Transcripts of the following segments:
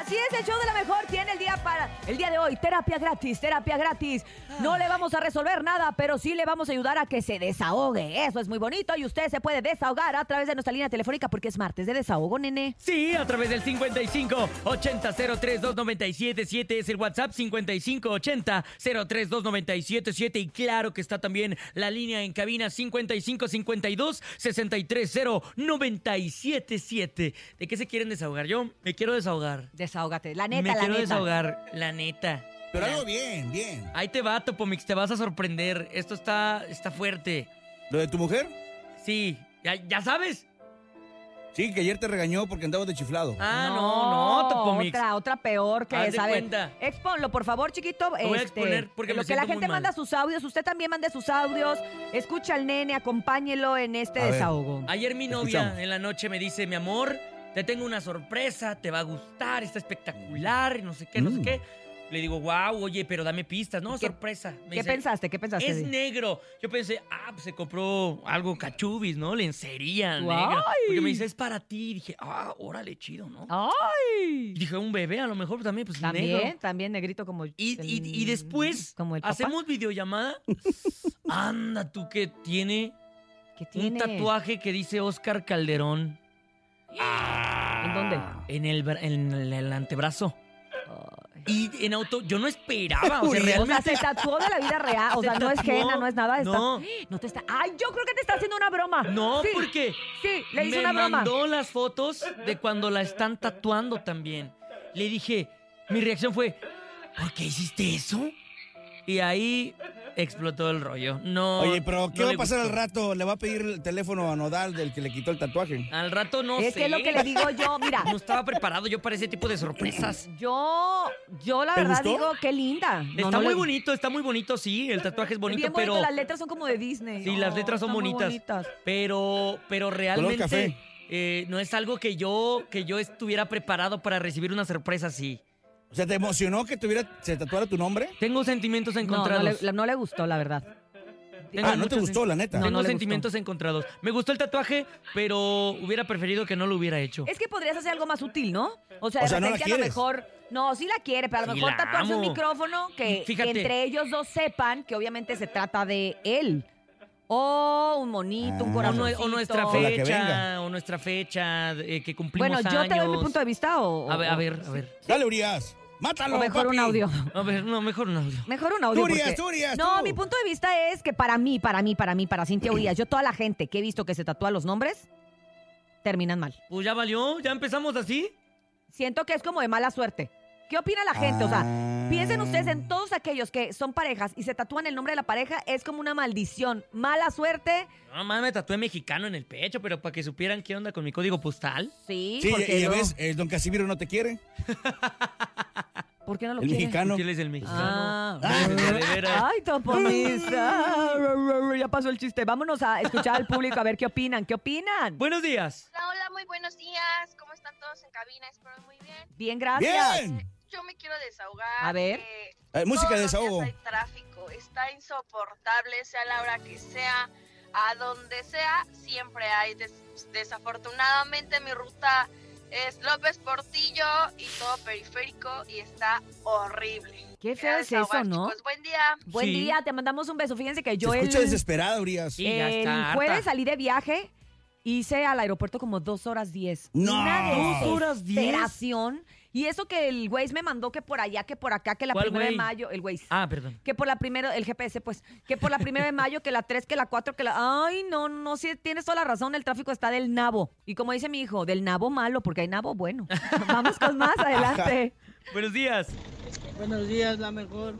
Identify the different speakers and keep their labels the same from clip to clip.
Speaker 1: Así es, el show de la mejor tiene el día para el día de hoy. Terapia gratis, terapia gratis. No le vamos a resolver nada, pero sí le vamos a ayudar a que se desahogue. Eso es muy bonito y usted se puede desahogar a través de nuestra línea telefónica porque es martes de desahogo, nene.
Speaker 2: Sí, a través del 55 80 03 2977 es el WhatsApp 55 80 03 2977 y claro que está también la línea en cabina 55 52 63 0 977. ¿De qué se quieren desahogar? Yo me quiero desahogar.
Speaker 1: Desahógate, la neta,
Speaker 2: me
Speaker 1: la
Speaker 2: quiero
Speaker 1: neta.
Speaker 2: desahogar, la neta.
Speaker 3: Pero algo bien, bien.
Speaker 2: Ahí te va, Topomix, te vas a sorprender. Esto está está fuerte.
Speaker 3: ¿Lo de tu mujer?
Speaker 2: Sí, ya, ya sabes.
Speaker 3: Sí, que ayer te regañó porque andabas de chiflado.
Speaker 2: Ah, no, no, Topomix.
Speaker 1: Otra, otra peor que
Speaker 2: Haz de
Speaker 1: esa. A ver,
Speaker 2: cuenta.
Speaker 1: Exponlo, por favor, chiquito.
Speaker 2: Lo voy a
Speaker 1: este,
Speaker 2: exponer porque
Speaker 1: en lo
Speaker 2: me
Speaker 1: que la
Speaker 2: siento
Speaker 1: gente
Speaker 2: muy mal.
Speaker 1: manda sus audios, usted también mande sus audios. Escucha al nene, acompáñelo en este
Speaker 3: A ver.
Speaker 1: desahogo.
Speaker 2: Ayer mi
Speaker 3: Te
Speaker 2: novia
Speaker 3: escuchamos.
Speaker 2: en la noche me dice, mi amor, te tengo una sorpresa, te va a gustar, está espectacular, y no sé qué, no sé
Speaker 3: Mm.
Speaker 2: qué. Le digo, wow, oye, pero dame pistas, ¿no?
Speaker 1: ¿Qué-
Speaker 2: sorpresa. Me
Speaker 1: ¿Qué
Speaker 2: dice,
Speaker 1: pensaste? ¿Qué pensaste?
Speaker 2: Es negro. Yo pensé, ah, pues se compró algo cachubis, ¿no? Lencería negra.
Speaker 1: Guay.
Speaker 2: Porque me dice, es para ti. Y dije, ah, órale, chido, ¿no?
Speaker 1: ¡Ay!
Speaker 2: Y dije, un bebé, a lo mejor también, pues
Speaker 1: También,
Speaker 2: negro.
Speaker 1: también negrito como
Speaker 2: Y,
Speaker 1: el-
Speaker 2: y- y después
Speaker 1: como el papá.
Speaker 2: hacemos videollamada. Anda, tú que tiene
Speaker 1: ¿Qué
Speaker 2: un
Speaker 1: tiene?
Speaker 2: tatuaje que dice Oscar Calderón.
Speaker 1: Ah, ¿En dónde?
Speaker 2: En el, bra- en el- el antebrazo. Ah.
Speaker 1: Ay.
Speaker 2: Y en auto, yo no esperaba. O sea,
Speaker 1: O sea,
Speaker 2: realmente.
Speaker 1: se tatuó de la vida real. O
Speaker 2: Se
Speaker 1: sea, no es
Speaker 2: tatuó.
Speaker 1: ajena, no es nada. está-
Speaker 2: No.
Speaker 1: No te está. Ay, yo creo que te está haciendo una broma.
Speaker 2: No,
Speaker 1: Sí,
Speaker 2: porque
Speaker 1: Sí, le hizo
Speaker 2: me
Speaker 1: una broma.
Speaker 2: mandó las fotos de cuando la están tatuando también. Le dije, mi reacción fue, ¿por qué hiciste eso? Y ahí explotó el rollo. No.
Speaker 3: Oye, pero ¿qué
Speaker 2: no
Speaker 3: va a
Speaker 2: le
Speaker 3: pasar al
Speaker 2: gustó.
Speaker 3: rato? ¿Le va a pedir el teléfono a Nodal del que le quitó el tatuaje?
Speaker 2: Al rato no
Speaker 1: es
Speaker 2: sé.
Speaker 1: que es lo que le digo yo. Mira,
Speaker 2: No estaba preparado yo para ese tipo de sorpresas.
Speaker 1: yo, yo la
Speaker 3: ¿Te
Speaker 1: verdad
Speaker 3: gustó?
Speaker 1: digo, qué linda. No,
Speaker 2: Está
Speaker 1: no
Speaker 2: muy
Speaker 1: le-
Speaker 2: bonito, está muy bonito, sí. El tatuaje es bonito,
Speaker 1: Bien
Speaker 2: pero.
Speaker 1: bonito, las letras son como de Disney.
Speaker 2: Sí, las
Speaker 1: Oh,
Speaker 2: letras son
Speaker 1: están muy
Speaker 2: bonitas. Pero, pero realmente
Speaker 3: café.
Speaker 2: eh, no es algo que yo, que yo estuviera preparado para recibir una sorpresa así.
Speaker 3: O sea, ¿te emocionó que tuviera, se tatuara tu nombre?
Speaker 2: Tengo sentimientos
Speaker 1: No, no
Speaker 2: encontrados.
Speaker 1: le, la- no le gustó, la verdad.
Speaker 2: Tengo
Speaker 3: Ah, no te
Speaker 2: muchos
Speaker 3: gustó,
Speaker 2: sen-
Speaker 3: la neta.
Speaker 1: No,
Speaker 2: Tengo
Speaker 1: no le
Speaker 2: sentimientos encontrados. Me gustó el tatuaje, pero hubiera preferido que no lo hubiera hecho.
Speaker 1: Es que podrías hacer algo más sutil, ¿no? O sea,
Speaker 3: O
Speaker 1: de
Speaker 3: sea, no la
Speaker 1: repente a lo
Speaker 3: quieres.
Speaker 1: mejor. No, sí la quiere, pero a lo
Speaker 2: Sí,
Speaker 1: mejor
Speaker 2: la
Speaker 1: tatuarse un
Speaker 2: amo.
Speaker 1: micrófono que,
Speaker 3: Mm,
Speaker 2: Y fíjate.
Speaker 1: que entre ellos dos sepan que obviamente se trata de él. O un monito, un
Speaker 3: Ah.
Speaker 2: O,
Speaker 1: corazón.
Speaker 2: nue- o nuestra
Speaker 3: O la que
Speaker 2: fecha,
Speaker 3: venga.
Speaker 2: o nuestra fecha eh, que cumplimos
Speaker 1: Bueno, yo te doy mi
Speaker 2: años.
Speaker 1: punto de vista o.
Speaker 2: A ver, a
Speaker 1: o-
Speaker 2: ver, a ver.
Speaker 3: Dale, Urias. Mátalo.
Speaker 1: O mejor
Speaker 3: papi!
Speaker 1: un audio.
Speaker 2: A ver, no, mejor no. audio.
Speaker 1: Mejor un
Speaker 3: Tú,
Speaker 1: audio.
Speaker 3: Urias,
Speaker 1: porque-
Speaker 3: tú, Urias,
Speaker 1: No,
Speaker 3: tú.
Speaker 1: mi punto de vista es que para mí, para mí, para mí, para Cintia Urias, yo toda la gente que he visto que se tatúa los nombres, terminan mal.
Speaker 2: Pues ya valió, ya empezamos así.
Speaker 1: Siento que es como de mala suerte. ¿Qué opina la gente? O sea,
Speaker 3: Ah.
Speaker 1: piensen ustedes
Speaker 3: Mm.
Speaker 1: en todos aquellos que son parejas y se tatúan el nombre de la pareja, es como una maldición. Mala suerte,
Speaker 2: No, mames, me tatué mexicano en el pecho, pero para que supieran qué onda con mi código postal.
Speaker 1: sí.
Speaker 3: Sí,
Speaker 1: porque
Speaker 3: y ya
Speaker 1: no-
Speaker 3: ves, el don Casimiro no te quiere.
Speaker 1: ¿Por qué no lo
Speaker 3: el
Speaker 1: quiere?
Speaker 3: mexicano.
Speaker 2: ¿Por
Speaker 3: pues,
Speaker 2: qué él es el mexicano?
Speaker 1: Ah,
Speaker 2: De veras.
Speaker 1: Ay, Topomis. Ah, Ya pasó el chiste. Vámonos a escuchar al público a ver qué opinan. ¿Qué opinan?
Speaker 2: Buenos días.
Speaker 4: Hola, hola, muy buenos días. ¿Cómo están todos en cabina? Espero muy bien. Eh,
Speaker 1: Bien, gracias.
Speaker 3: ¡Bien!
Speaker 4: Yo me quiero desahogar.
Speaker 1: A ver.
Speaker 4: que
Speaker 3: Eh, música de
Speaker 4: todos los días
Speaker 3: desahogo.
Speaker 4: Hay tráfico, está insoportable, sea la hora que sea, a donde sea, siempre hay. Des- desafortunadamente mi ruta es López Portillo y todo periférico y está horrible.
Speaker 1: Qué feo
Speaker 4: Quiero
Speaker 1: es eso,
Speaker 4: desahogar,
Speaker 1: ¿no?
Speaker 4: chicos. Buen día.
Speaker 1: Buen
Speaker 2: Sí.
Speaker 1: día, te mandamos un beso. Fíjense que yo
Speaker 3: se
Speaker 1: el,
Speaker 3: escucha desesperada, Urias.
Speaker 2: Sí, ya
Speaker 1: el
Speaker 2: está harta.
Speaker 1: jueves salí de viaje, hice al aeropuerto como dos horas diez.
Speaker 3: No.
Speaker 1: Una
Speaker 3: ¿Dos
Speaker 2: horas diez?
Speaker 1: desesperación. Y eso que el güey me mandó que por allá, que por acá, que la
Speaker 2: ¿Cuál
Speaker 1: primera de
Speaker 2: güey?
Speaker 1: mayo, el güey.
Speaker 2: Ah, perdón.
Speaker 1: Que por la primera, el GPS, pues, que por la primera de mayo, que la tres, que la cuatro, que la. Ay, no, no, sí, tienes toda la razón, el tráfico está del nabo. Y como dice mi hijo, del nabo malo, porque hay nabo bueno. Vamos con más adelante.
Speaker 2: Buenos días.
Speaker 5: Buenos días, la mejor.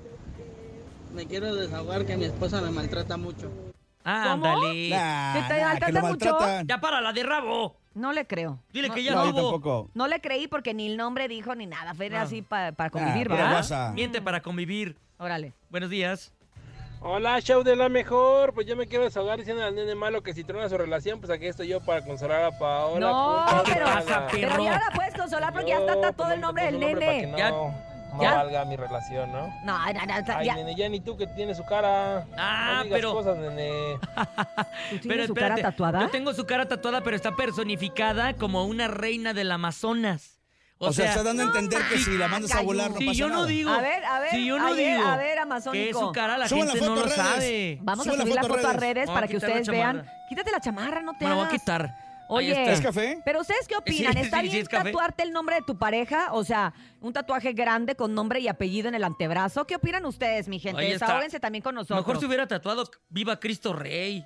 Speaker 5: Me quiero desahogar que mi esposa me maltrata mucho.
Speaker 1: ¿Cómo?
Speaker 2: Ándale.
Speaker 3: Nah,
Speaker 1: ¿Que te
Speaker 3: nah, que
Speaker 1: maltratan
Speaker 3: lo
Speaker 1: mucho?
Speaker 3: maltratan.
Speaker 2: Ya para la de rabo.
Speaker 1: No le creo.
Speaker 2: Dile que
Speaker 1: No-
Speaker 2: ya
Speaker 3: no,
Speaker 2: no,
Speaker 3: yo
Speaker 2: hubo.
Speaker 3: tampoco.
Speaker 1: No le creí porque ni el nombre dijo ni nada. Fue
Speaker 2: Ah.
Speaker 1: así pa- para convivir,
Speaker 3: Ah,
Speaker 2: ¿Ah?
Speaker 1: ¿verdad?
Speaker 3: vas a-
Speaker 2: Miente para convivir.
Speaker 1: Órale.
Speaker 2: Buenos días.
Speaker 6: Hola, show de la mejor. Pues yo me quiero desahogar diciendo al nene malo que si trona su relación, pues aquí estoy yo para consolar a Paola.
Speaker 1: no,
Speaker 6: Punto.
Speaker 1: pero,
Speaker 2: pasa,
Speaker 1: pero
Speaker 2: perro?
Speaker 1: ya la puedes consolar porque ya
Speaker 6: Yo,
Speaker 1: está
Speaker 6: pues,
Speaker 1: tatuado el
Speaker 6: no
Speaker 1: nombre
Speaker 6: me
Speaker 1: del
Speaker 6: tatué su nombre
Speaker 1: nene.
Speaker 6: para que No, no
Speaker 2: Ya- ya.
Speaker 6: valga mi relación, ¿no?
Speaker 1: No, no, no, no,
Speaker 6: Ay,
Speaker 1: ya.
Speaker 6: nene, ya ni tú que tienes su cara.
Speaker 2: Ah,
Speaker 6: no digas
Speaker 2: pero-
Speaker 6: cosas, nene.
Speaker 1: ¿Tú tienes
Speaker 2: Pero
Speaker 1: su
Speaker 2: espérate.
Speaker 1: cara tatuada?
Speaker 2: Yo tengo su cara tatuada, pero está personificada como una reina del Amazonas.
Speaker 3: O, sea, está dando a entender que si la mandas a
Speaker 1: Cayu.
Speaker 3: volar no
Speaker 2: si
Speaker 3: pasa
Speaker 2: yo no
Speaker 3: nada.
Speaker 2: digo,
Speaker 1: A ver, a ver,
Speaker 2: si yo no
Speaker 1: a ver,
Speaker 2: digo
Speaker 1: a ver,
Speaker 2: que es
Speaker 1: amazónico.
Speaker 2: su cara la
Speaker 3: Sube la
Speaker 2: gente
Speaker 3: foto
Speaker 2: no lo
Speaker 3: a redes.
Speaker 2: sabe.
Speaker 1: Vamos
Speaker 3: Sube
Speaker 1: a
Speaker 3: la
Speaker 1: subir la
Speaker 3: foto a
Speaker 1: foto a
Speaker 3: redes.
Speaker 1: redes
Speaker 2: Vamos
Speaker 1: para
Speaker 2: a
Speaker 1: que
Speaker 2: quitar la
Speaker 1: ustedes vean.
Speaker 2: chamarra.
Speaker 1: Quítate la chamarra, no te
Speaker 2: Me la voy a
Speaker 1: hagas.
Speaker 2: quitar. Ahí
Speaker 1: Oye,
Speaker 2: está.
Speaker 3: ¿Es café?
Speaker 1: pero ¿ustedes qué opinan?
Speaker 2: Sí,
Speaker 1: ¿Está
Speaker 2: sí, sí,
Speaker 1: bien
Speaker 2: es café.
Speaker 1: tatuarte el nombre de tu pareja? O sea, un tatuaje grande con nombre y apellido en el antebrazo. ¿Qué opinan ustedes, mi gente?
Speaker 2: Ahí está.
Speaker 1: Desahóguense también con nosotros.
Speaker 2: Mejor se hubiera tatuado Viva Cristo Rey.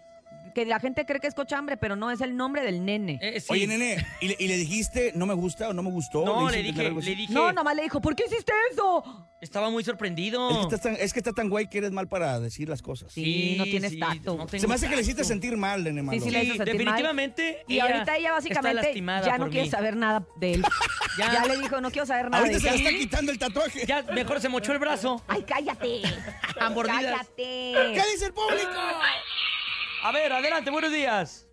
Speaker 1: Que la gente cree que es cochambre, pero no es el nombre del nene.
Speaker 2: Eh, sí.
Speaker 3: Oye, nene, ¿y le, y le dijiste no me gusta o no me gustó?
Speaker 2: No, le
Speaker 3: hiciste
Speaker 2: dije,
Speaker 3: algo así?
Speaker 2: le dije.
Speaker 1: No, nomás le dijo, ¿por qué hiciste eso?
Speaker 2: Estaba muy sorprendido.
Speaker 3: Es que, estás tan, es que está tan guay que eres mal para decir las cosas.
Speaker 1: Sí, no tienes tacto.
Speaker 2: no tengo
Speaker 3: Se me hace que le
Speaker 2: tacto.
Speaker 3: hiciste sentir mal, nene malo.
Speaker 1: Sí, le hizo sentir mal.
Speaker 2: definitivamente.
Speaker 1: Y ahorita ella
Speaker 2: está
Speaker 1: básicamente
Speaker 2: lastimada
Speaker 1: ya no
Speaker 2: por
Speaker 1: quiere
Speaker 2: mí.
Speaker 1: saber nada de él. ya.
Speaker 2: Ya.
Speaker 1: le dijo, no quiero saber nada
Speaker 3: Ahorita
Speaker 1: de
Speaker 3: se le
Speaker 1: ti.
Speaker 3: está quitando el tatuaje.
Speaker 2: Ya mejor se mochó el brazo.
Speaker 1: Ay, cállate.
Speaker 2: A mordidas.
Speaker 1: cállate.
Speaker 3: ¿Qué dice el público?
Speaker 2: A ver, adelante, buenos días.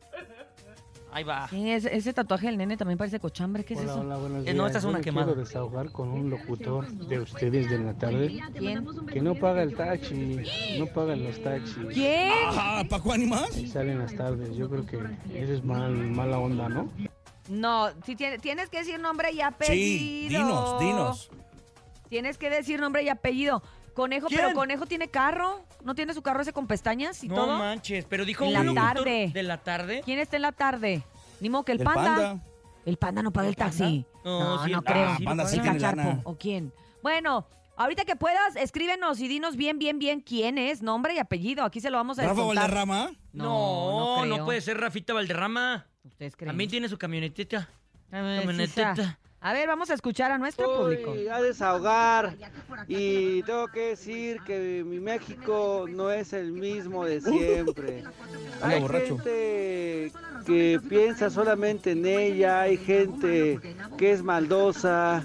Speaker 2: Ahí va.
Speaker 1: ¿Quién es? Ese tatuaje del nene también parece cochambre. ¿Qué es eso?
Speaker 2: Eh, no, esta es una quemada.
Speaker 7: desahogar con un locutor de ustedes de la tarde
Speaker 1: ¿Quién?
Speaker 7: que no paga el taxi, no pagan los taxis.
Speaker 1: ¿Quién?
Speaker 3: Ajá, ¿Paco Animas?
Speaker 7: Y salen las tardes, yo creo que eso es mal, mala onda, ¿no?
Speaker 1: No, si tiene- tienes que decir nombre y apellido.
Speaker 3: Sí, dinos, dinos.
Speaker 1: Tienes que decir nombre y apellido. Conejo,
Speaker 2: ¿Quién?
Speaker 1: pero Conejo tiene carro. ¿No tiene su carro ese con pestañas y
Speaker 2: No
Speaker 1: todo?
Speaker 2: manches, pero dijo
Speaker 1: En la
Speaker 2: un locutor
Speaker 1: tarde.
Speaker 2: de la tarde.
Speaker 1: ¿Quién está en la tarde? Ni modo que el,
Speaker 3: Del
Speaker 1: panda.
Speaker 3: panda.
Speaker 1: El panda no paga el taxi.
Speaker 2: No,
Speaker 1: No,
Speaker 2: sí,
Speaker 1: no
Speaker 2: el-
Speaker 1: creo.
Speaker 2: ah,
Speaker 3: panda sí
Speaker 1: el
Speaker 3: tiene
Speaker 1: cacharpo.
Speaker 3: lana.
Speaker 1: ¿O quién? Bueno, ahorita que puedas, escríbenos y dinos bien, bien, bien quién es, nombre y apellido. Aquí se lo vamos a
Speaker 3: Rafa
Speaker 1: descontar.
Speaker 3: Valderrama.
Speaker 2: No, no,
Speaker 1: creo.
Speaker 2: puede ser Rafita Valderrama.
Speaker 1: ¿Ustedes creen?
Speaker 2: También tiene su camionetita.
Speaker 1: Ah, sí,
Speaker 2: camionetita.
Speaker 1: sa. A ver, vamos a escuchar a nuestro público.
Speaker 8: a desahogar y tengo que decir que mi México no es el mismo de siempre.
Speaker 3: Anda
Speaker 8: Hay
Speaker 3: borracho.
Speaker 8: gente que piensa solamente en ella, hay gente que es maldosa,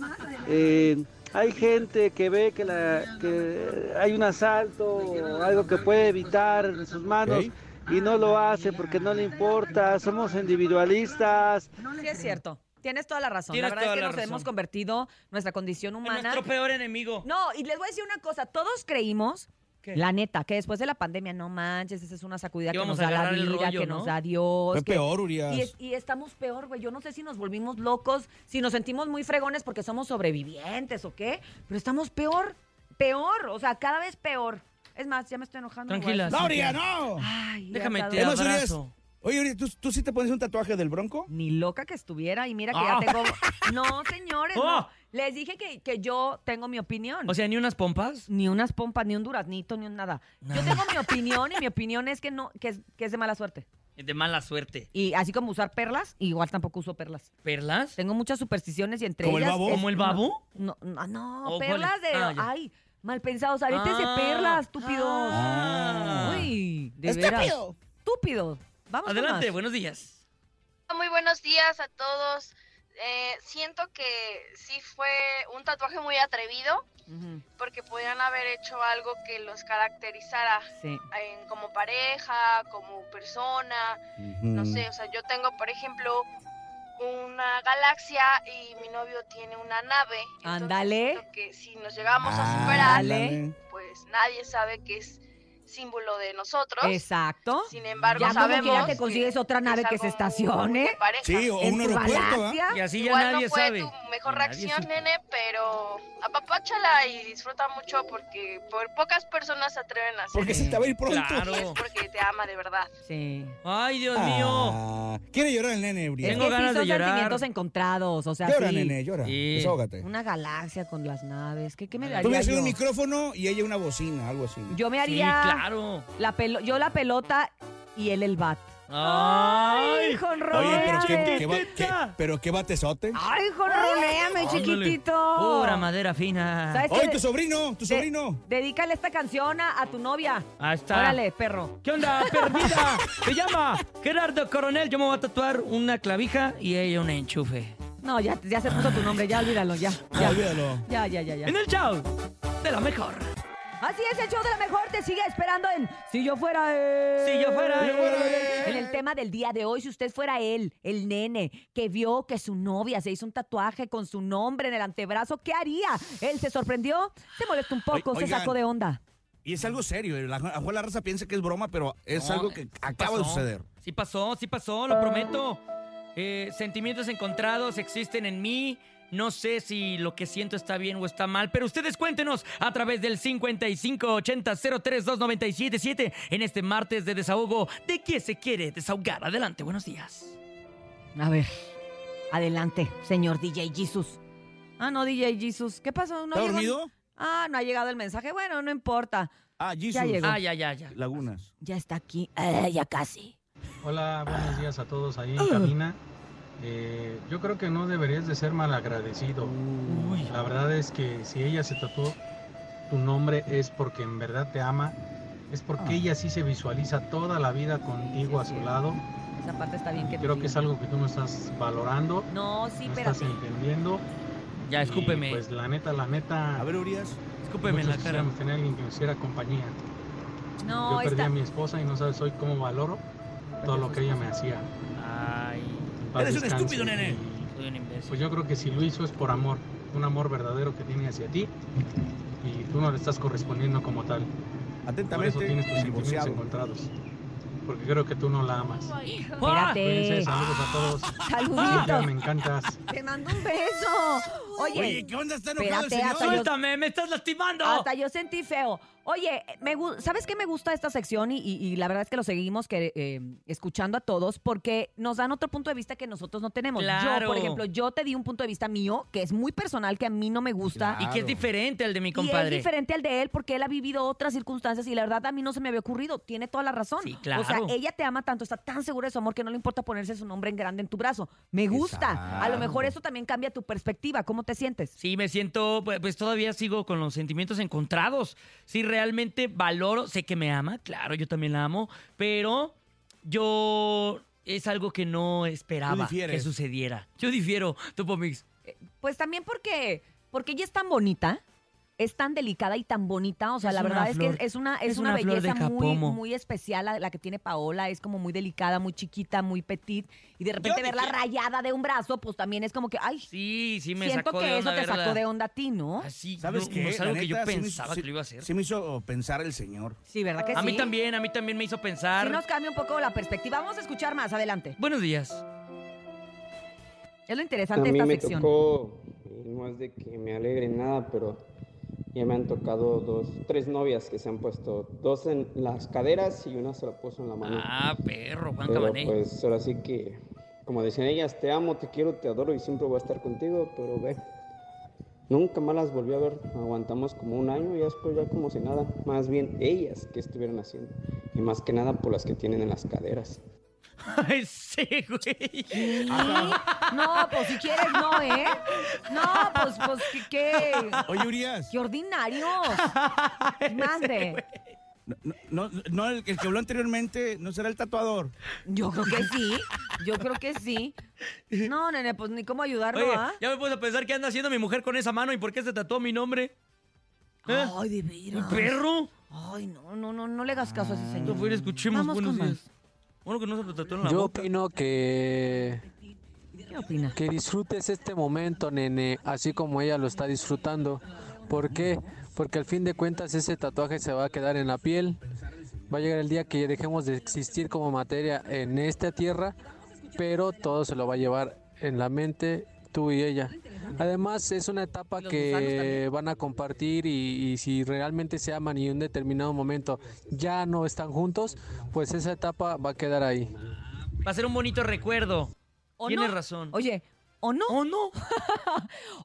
Speaker 8: eh, hay gente que ve que, la- que hay un asalto o algo que puede evitar en sus
Speaker 9: Ah,
Speaker 8: manos.
Speaker 9: Pues
Speaker 3: Ok.
Speaker 8: Y no lo hace porque no le importa, somos individualistas,
Speaker 1: Sí, es cierto. Tienes toda la razón.
Speaker 2: Tienes
Speaker 1: la verdad es
Speaker 2: toda
Speaker 1: que
Speaker 2: la
Speaker 1: nos
Speaker 2: razón.
Speaker 1: hemos convertido nuestra condición
Speaker 2: Es
Speaker 1: humana.
Speaker 2: Nuestro peor enemigo.
Speaker 1: No, y les voy a decir una cosa. Todos creímos,
Speaker 2: ¿Qué?
Speaker 1: la neta, que después de la pandemia, no manches, esa es una sacudida que
Speaker 2: Íbamos
Speaker 1: nos da
Speaker 2: a
Speaker 1: la
Speaker 2: agarrar el
Speaker 1: vida,
Speaker 2: rollo,
Speaker 1: que
Speaker 2: ¿no?
Speaker 1: nos da Dios.
Speaker 3: Fue
Speaker 1: que-
Speaker 3: peor,
Speaker 1: Y, es-
Speaker 3: Urias.
Speaker 1: y estamos peor, güey. Yo no sé si nos volvimos locos, si nos sentimos muy fregones porque somos sobrevivientes o qué, pero estamos peor, peor, o sea, cada vez peor. Es más, ya me estoy enojando. güey.
Speaker 2: Tranquila.
Speaker 3: ¡No, Urias, no!
Speaker 1: Ay, ya
Speaker 2: Déjame
Speaker 1: cada
Speaker 2: te
Speaker 1: vez-
Speaker 3: Es más, Urias,
Speaker 2: abrazo.
Speaker 3: oye, Urias, ¿tú, tú sí te pones un tatuaje del bronco?
Speaker 1: Ni loca que estuviera y mira que
Speaker 2: Ah.
Speaker 1: ya tengo... No, señores, no.
Speaker 2: Oh.
Speaker 1: Les dije que, que yo tengo mi opinión.
Speaker 2: O sea, ni unas pompas.
Speaker 1: ni unas pompas, ni un duraznito, ni un nada. Yo tengo mi opinión y mi opinión es que no, que es, que es de mala suerte.
Speaker 2: De mala suerte.
Speaker 1: Y así como usar perlas, igual tampoco uso perlas.
Speaker 2: ¿Perlas?
Speaker 1: Tengo muchas supersticiones y entre
Speaker 3: ¿Como el
Speaker 1: ellas.
Speaker 3: babo?
Speaker 1: es-
Speaker 2: ¿Como el babo?
Speaker 1: No, no, no,
Speaker 2: Oh,
Speaker 1: perlas
Speaker 2: ¿cuál
Speaker 1: de.
Speaker 2: es? Ah, ya.
Speaker 1: ay, mal pensados, aretes
Speaker 2: Ah.
Speaker 1: de perlas, estúpido.
Speaker 2: Ah.
Speaker 1: Uy, de veras.
Speaker 3: ¡Estúpido!
Speaker 1: Estúpido. Vamos con
Speaker 2: Adelante,
Speaker 1: más.
Speaker 2: buenos días.
Speaker 4: Muy buenos días a todos. Eh, siento que sí fue un tatuaje muy atrevido
Speaker 1: Ujú,
Speaker 4: porque podrían haber hecho algo que los caracterizara
Speaker 1: Sí.
Speaker 4: en- como pareja, como persona, no
Speaker 3: Mm.
Speaker 4: sé, o sea, yo tengo, por ejemplo, una galaxia y mi novio tiene una nave. Entonces,
Speaker 1: Ándale.
Speaker 4: siento Que si nos llegamos a
Speaker 3: Ah,
Speaker 4: superar,
Speaker 3: ándale.
Speaker 4: pues nadie sabe que es símbolo de nosotros.
Speaker 1: Exacto.
Speaker 4: Sin embargo,
Speaker 1: Ya como que ya
Speaker 4: sabemos
Speaker 1: te consigues otra nave que se
Speaker 4: algo muy
Speaker 1: estacione.
Speaker 4: de pareja.
Speaker 3: Sí, o
Speaker 1: En
Speaker 3: un
Speaker 1: tu
Speaker 3: aeropuerto, ¿ah?
Speaker 1: galaxia,
Speaker 2: Y así ya
Speaker 4: Igual
Speaker 2: nadie
Speaker 4: no fue
Speaker 2: sabe.
Speaker 4: tu mejor
Speaker 2: Y nadie
Speaker 4: reacción,
Speaker 2: supo.
Speaker 4: nene, pero apapáchala y disfruta mucho porque por pocas personas se atreven a hacer
Speaker 3: Porque
Speaker 4: eso.
Speaker 3: se te va a ir pronto.
Speaker 4: Y es
Speaker 2: Claro.
Speaker 4: porque te ama de verdad.
Speaker 1: Sí.
Speaker 2: Ay, Dios mío.
Speaker 3: Ah, quiere llorar el nene, Urias.
Speaker 1: Es
Speaker 2: Tengo
Speaker 1: que
Speaker 2: ganas
Speaker 1: sí
Speaker 2: de
Speaker 1: son
Speaker 2: llorar.
Speaker 1: sentimientos encontrados, o sea,
Speaker 3: Llora,
Speaker 1: sí.
Speaker 3: nene, llora.
Speaker 2: Sí.
Speaker 3: Desahógate.
Speaker 1: Una galaxia con las naves. ¿Qué, qué me daría
Speaker 3: Tú hubieras sido
Speaker 1: yo?
Speaker 3: un micrófono y ella una bocina, algo así.
Speaker 1: Yo me
Speaker 2: Sí,
Speaker 1: haría
Speaker 2: claro.
Speaker 1: la pelo- yo la pelota y él el bat.
Speaker 2: Ay.
Speaker 1: jonronea!
Speaker 3: Oye, pero qué, qué, va-
Speaker 2: Chiquitita.
Speaker 3: qué- pero qué batezote.
Speaker 1: ¡Ay, jonroneame,
Speaker 2: Ándale.
Speaker 1: chiquitito!
Speaker 2: Pura madera fina.
Speaker 1: ¿Sabes
Speaker 3: Oye,
Speaker 1: qué?
Speaker 3: tu sobrino, tu
Speaker 1: De-
Speaker 3: sobrino.
Speaker 1: Dedícale esta canción a, a tu novia.
Speaker 2: Ah, Ahí está.
Speaker 1: Órale, perro.
Speaker 2: ¿Qué onda, perdida? Se llama Gerardo Coronel. Yo me voy a tatuar una clavija y ella un enchufe.
Speaker 1: No, ya, ya se puso tu nombre, ya olvídalo, ya.
Speaker 3: No,
Speaker 1: Ya,
Speaker 3: olvídalo.
Speaker 1: ya, ya, ya. ya.
Speaker 2: Ah, En el show de la mejor.
Speaker 1: Así es, el show de la mejor te sigue esperando en Si yo fuera él.
Speaker 2: Si yo fuera él.
Speaker 1: En el tema del día de hoy, si usted fuera él, el nene, que vio que su novia se hizo un tatuaje con su nombre en el antebrazo, ¿qué haría? Él se sorprendió, se molestó un poco,
Speaker 3: Oy-
Speaker 1: se
Speaker 3: oigan.
Speaker 1: sacó de onda.
Speaker 3: Y es algo serio. eh, La, a lo mejor la raza piensa que es broma, pero es
Speaker 2: No,
Speaker 3: algo que
Speaker 2: sí
Speaker 3: acaba de
Speaker 2: pasó.
Speaker 3: suceder.
Speaker 2: Sí pasó, sí pasó, lo prometo. Eh, sentimientos encontrados existen en mí No sé si lo que siento está bien o está mal, pero ustedes cuéntenos a través del 5580-032977 en este martes de desahogo. ¿De qué se quiere desahogar? Adelante, buenos días.
Speaker 1: A ver, adelante, señor DJ Jesus. Ah, no, DJ Jesus. ¿Qué pasó? ¿No
Speaker 3: ¿Está
Speaker 1: llegó-
Speaker 3: dormido?
Speaker 1: Ah, no ha llegado el mensaje. Bueno, no importa.
Speaker 3: Ah, Jesus.
Speaker 1: Ya llegó.
Speaker 2: Ah, ya, ya, ya.
Speaker 3: Lagunas.
Speaker 1: Ya está aquí. Ah, ya casi.
Speaker 9: Hola, buenos días a todos ahí en cabina. Eh, yo creo que no deberías de ser malagradecido.
Speaker 2: Uy.
Speaker 9: La verdad es que si ella se tatuó tu nombre es porque en verdad te ama, es porque ella sí se visualiza toda la vida contigo a su lado.
Speaker 1: Esa parte está bien que te
Speaker 9: Creo que
Speaker 1: diga.
Speaker 9: es algo que tú no estás valorando,
Speaker 1: No, sí,
Speaker 9: no estás
Speaker 1: espérate.
Speaker 9: entendiendo.
Speaker 2: Ya,
Speaker 9: Y,
Speaker 2: escúpeme.
Speaker 9: Pues la neta, la neta,
Speaker 3: A ver, Urias.
Speaker 2: escúpeme en la
Speaker 9: muchos
Speaker 2: cara.
Speaker 9: quisiéramos tener alguien que nos hiciera compañía.
Speaker 1: No,
Speaker 9: yo perdí
Speaker 1: está.
Speaker 9: a mi esposa y no sabes hoy cómo valoro todo lo que ella me hacía.
Speaker 2: Ay,
Speaker 9: Paz
Speaker 3: Eres un
Speaker 9: descanse.
Speaker 3: estúpido, nene.
Speaker 9: Y
Speaker 2: soy un imbécil.
Speaker 9: Pues yo creo que si lo hizo es por amor, un amor verdadero que tiene hacia ti y tú no le estás correspondiendo como tal. Por eso
Speaker 3: Atentamente.
Speaker 9: tienes tus sentimientos
Speaker 3: divorciado.
Speaker 9: encontrados, porque creo que tú no la amas.
Speaker 2: ¡Ah!
Speaker 1: Espérate.
Speaker 9: Cuídense, saludos a todos. Cintia,
Speaker 1: Saluditos.
Speaker 9: me encantas.
Speaker 1: Te mando un beso. Oye,
Speaker 3: Oye, ¿qué onda? ¿Está enojado el
Speaker 1: Espérate,
Speaker 3: señor?
Speaker 1: hasta yo- Ah,
Speaker 2: ¡Suéltame! ¡Me estás lastimando!
Speaker 1: Hasta yo sentí feo. Oye, me gu- ¿sabes qué me gusta esta sección? Y, y- y la verdad es que lo seguimos que, eh, escuchando a todos porque nos dan otro punto de vista que nosotros no tenemos. Yo,
Speaker 2: Claro.
Speaker 1: por ejemplo, yo te di un punto de vista mío que es muy personal, que a mí no me gusta.
Speaker 2: Y que es
Speaker 3: Claro.
Speaker 2: diferente al de mi
Speaker 1: Y es
Speaker 2: compadre.
Speaker 1: diferente al de él porque él ha vivido otras circunstancias y la verdad a mí no se me había ocurrido. Tiene toda la razón.
Speaker 2: Sí, claro.
Speaker 1: O sea, ella te ama tanto, está tan segura de su amor que no le importa ponerse su nombre en grande en tu brazo. Me gusta. A lo mejor eso también cambia tu perspectiva. ¿Cómo te sientes?
Speaker 2: Sí, me siento, pues, pues, todavía sigo con los sentimientos encontrados. Sí, realmente valoro, sé que me ama, claro, yo también la amo, pero yo es algo que no
Speaker 3: Tú
Speaker 2: esperaba
Speaker 3: difieres.
Speaker 2: que sucediera. Yo difiero, Topo Mix.
Speaker 1: Pues también porque, porque ella es tan bonita, es tan delicada y tan bonita. O sea,
Speaker 2: Es
Speaker 1: la
Speaker 2: una
Speaker 1: verdad es
Speaker 2: flor.
Speaker 1: que es una, es
Speaker 2: Es
Speaker 1: una,
Speaker 2: una flor de
Speaker 1: belleza muy,
Speaker 2: Capomo.
Speaker 1: muy especial la, la que tiene Paola. Es como muy delicada, muy chiquita, muy petit. Y de repente verla rayada de un brazo, pues también es como que, ay,
Speaker 2: Sí, sí me
Speaker 1: siento
Speaker 2: sacó
Speaker 1: que
Speaker 2: de
Speaker 1: eso
Speaker 2: onda.
Speaker 1: te
Speaker 2: verla.
Speaker 1: sacó de onda a ti, ¿no?
Speaker 2: Así,
Speaker 3: ¿Sabes
Speaker 2: no,
Speaker 3: qué?
Speaker 2: no es algo
Speaker 3: La
Speaker 2: que yo
Speaker 3: neta, sí me-
Speaker 2: pensaba
Speaker 3: sí-
Speaker 2: que lo iba a hacer.
Speaker 3: Sí me hizo pensar el señor.
Speaker 1: Sí, ¿verdad que
Speaker 2: a
Speaker 1: sí?
Speaker 2: mí también, a mí también me hizo pensar.
Speaker 1: Sí nos cambia un poco la perspectiva. Vamos a escuchar más adelante.
Speaker 2: Buenos días.
Speaker 1: Es lo
Speaker 10: A
Speaker 1: interesante de
Speaker 10: mí
Speaker 1: esta
Speaker 10: me
Speaker 1: sección.
Speaker 10: tocó, y no es de que me alegre nada, pero ya me han tocado dos, tres novias que se han puesto, dos en las caderas y una se la puso en la mano.
Speaker 2: Ah, perro, Juan
Speaker 10: pero
Speaker 2: Cabaney.
Speaker 10: pues ahora sí que, como decían ellas, te amo, te quiero, te adoro y siempre voy a estar contigo, pero ve, nunca más las volví a ver, aguantamos como un año y después ya como si nada, más bien ellas que estuvieron haciendo, y más que nada por las que tienen en las caderas.
Speaker 2: Ay, sí, güey.
Speaker 1: ¿Sí? No, pues si quieres, no, ¿eh? No, pues, pues, ¿qué? qué?
Speaker 3: Oye, Urias.
Speaker 1: ¡Qué ordinarios! Mande.
Speaker 3: No, no, no, el, el que habló anteriormente no será el tatuador.
Speaker 1: Yo creo que sí. Yo creo que sí. No, nene, pues ni cómo ayudarlo,
Speaker 2: Oye,
Speaker 1: ¿ah?
Speaker 2: ya me puse a pensar qué anda haciendo mi mujer con esa mano y por qué se tatuó mi nombre. ¿Eh?
Speaker 1: Ay, de
Speaker 2: ¿Un
Speaker 1: veras.
Speaker 2: perro?
Speaker 1: Ay, no, no, no, no le hagas caso a ese
Speaker 2: No
Speaker 1: señor.
Speaker 2: fue, escuchemos.
Speaker 1: Vamos
Speaker 2: buenos
Speaker 1: con
Speaker 2: días. Bueno, que no se lo tatuó en la
Speaker 11: Yo
Speaker 2: boca.
Speaker 11: opino que,
Speaker 1: ¿Qué opina?
Speaker 11: que disfrutes este momento, nene, así como ella lo está disfrutando. ¿Por qué? Porque al fin de cuentas ese tatuaje se va a quedar en la piel. Va a llegar el día que dejemos de existir como materia en esta tierra, pero todo se lo va a llevar en la mente tú y ella. Además es una etapa
Speaker 1: Los gusanos
Speaker 11: que
Speaker 1: también.
Speaker 11: van a compartir y, y si realmente se aman y en un determinado momento ya no están juntos, pues esa etapa va a quedar ahí.
Speaker 2: Va a ser un bonito recuerdo.
Speaker 1: ¿O
Speaker 2: Tienes
Speaker 1: no?
Speaker 2: razón.
Speaker 1: Oye, ¿o no?
Speaker 2: ¿O no?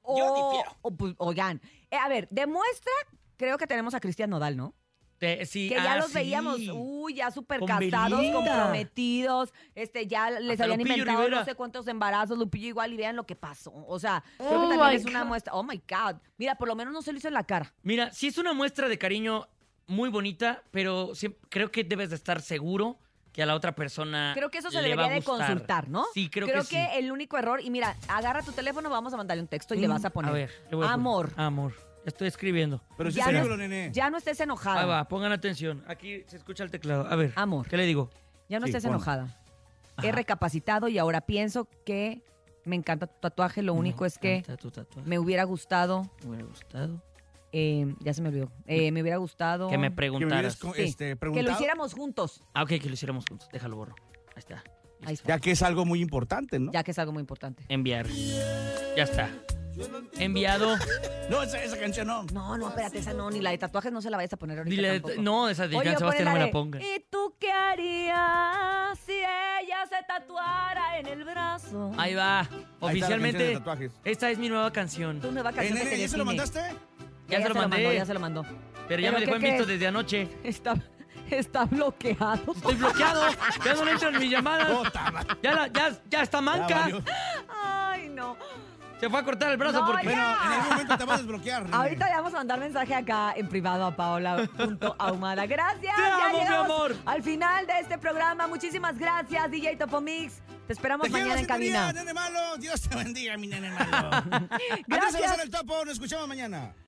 Speaker 1: O,
Speaker 2: Yo difiero.
Speaker 1: o, pues, oigan, eh, a ver, demuestra, creo que tenemos a Cristian Nodal, ¿no?
Speaker 2: Te- sí,
Speaker 1: Que ya
Speaker 2: ah,
Speaker 1: los
Speaker 2: sí.
Speaker 1: veíamos, Uh. uy, ya súper
Speaker 2: Con
Speaker 1: casados,
Speaker 2: Belinda.
Speaker 1: comprometidos, este, ya les
Speaker 2: Hasta
Speaker 1: habían
Speaker 2: Lupillo
Speaker 1: inventado
Speaker 2: Rivera.
Speaker 1: no sé cuántos embarazos, Lupillo igual, y vean lo que pasó. O sea, creo que también es una muestra. Oh my God. Mira, por lo menos no se lo hizo en la cara.
Speaker 2: Mira, sí es una muestra de cariño muy bonita, pero siem- creo que debes de estar seguro que a la otra persona
Speaker 1: Creo que eso se
Speaker 2: Ah, le va
Speaker 1: debería
Speaker 2: a
Speaker 1: de
Speaker 2: gustar.
Speaker 1: consultar, ¿no?
Speaker 2: Sí, creo, que, sí.
Speaker 1: el único error, y mira, agarra tu teléfono, vamos a mandarle un texto y le vas a poner.
Speaker 2: Mm, A ver, le voy a poner.
Speaker 1: Amor.
Speaker 2: Amor. Estoy escribiendo.
Speaker 3: Pero sí,
Speaker 1: Ya no-
Speaker 3: escríbelo, nene.
Speaker 1: Ya no estés enojada.
Speaker 2: Ahí va, pongan atención. Aquí se escucha el teclado. A ver.
Speaker 1: Ah. Amor.
Speaker 2: ¿Qué le digo?
Speaker 1: Ya no
Speaker 3: Sí,
Speaker 1: estés
Speaker 3: ponlo.
Speaker 1: enojada. He recapacitado y ahora pienso que me encanta tu tatuaje. Lo único
Speaker 2: Me
Speaker 1: es que
Speaker 2: encanta tu tatuaje.
Speaker 1: me hubiera gustado.
Speaker 2: Me hubiera gustado.
Speaker 1: eh, ya se me olvidó. eh, me hubiera gustado.
Speaker 2: Que me
Speaker 3: Que me hubieras
Speaker 2: preguntaras.
Speaker 3: co-
Speaker 1: Sí.
Speaker 3: este,
Speaker 1: que lo
Speaker 3: preguntado,
Speaker 1: hiciéramos juntos.
Speaker 2: Ah, ok, que lo hiciéramos juntos. Déjalo borro. Ahí está.
Speaker 1: Ahí está.
Speaker 3: Ya que es algo muy importante, ¿no?
Speaker 2: Eh.
Speaker 1: Ya que es algo muy importante.
Speaker 2: Enviar. Ya está. enviado.
Speaker 3: No, esa, esa canción no.
Speaker 1: No, no, espérate, esa no, ni la de tatuajes no se la vayas a poner ahorita.
Speaker 2: Dile-
Speaker 1: tampoco.
Speaker 2: no, esa de
Speaker 1: Oye,
Speaker 2: Joan Sebastián no me
Speaker 1: ponle
Speaker 2: la
Speaker 1: de, Eh.
Speaker 2: ponga.
Speaker 1: ¿Y tú qué harías si ella se tatuara en el brazo?
Speaker 2: Ahí va.
Speaker 3: Ahí está la canción de
Speaker 2: Oficialmente,
Speaker 3: tatuajes. Eh,
Speaker 2: esta es mi nueva canción.
Speaker 1: Tu nueva canción que te
Speaker 3: ¿Eso lo
Speaker 1: define.
Speaker 3: mandaste?
Speaker 2: Ya, se lo mandé.
Speaker 1: mandó, ya se lo mandó.
Speaker 2: Pero ya
Speaker 1: ¿Pero
Speaker 2: me dejó
Speaker 1: qué
Speaker 2: en visto
Speaker 1: crees?
Speaker 2: desde anoche.
Speaker 1: Está, está bloqueado.
Speaker 2: Estoy bloqueado. ya no le entran mis llamadas.
Speaker 3: Puta madre.
Speaker 2: Ya, la- ya, ya está
Speaker 3: Ya
Speaker 2: manca.
Speaker 3: valió.
Speaker 1: Ay, no.
Speaker 2: se fue a cortar el brazo
Speaker 1: No,
Speaker 2: porque.
Speaker 1: ya.
Speaker 3: Bueno, en algún momento te vas a desbloquear. René.
Speaker 1: Ahorita le vamos a mandar mensaje acá en privado a paola.ahumada. Gracias.
Speaker 2: Te
Speaker 1: ya
Speaker 2: amo, mi
Speaker 1: llegamos
Speaker 2: amor.
Speaker 1: Al final de este programa, muchísimas gracias, DJ Topomix. Te esperamos
Speaker 3: Te quiero,
Speaker 1: mañana en
Speaker 3: sintonía,
Speaker 1: cabina.
Speaker 3: nene malo. Dios te bendiga, mi nene malo. Andrés
Speaker 1: Gracias.
Speaker 3: Salazar el Topo. Nos escuchamos mañana.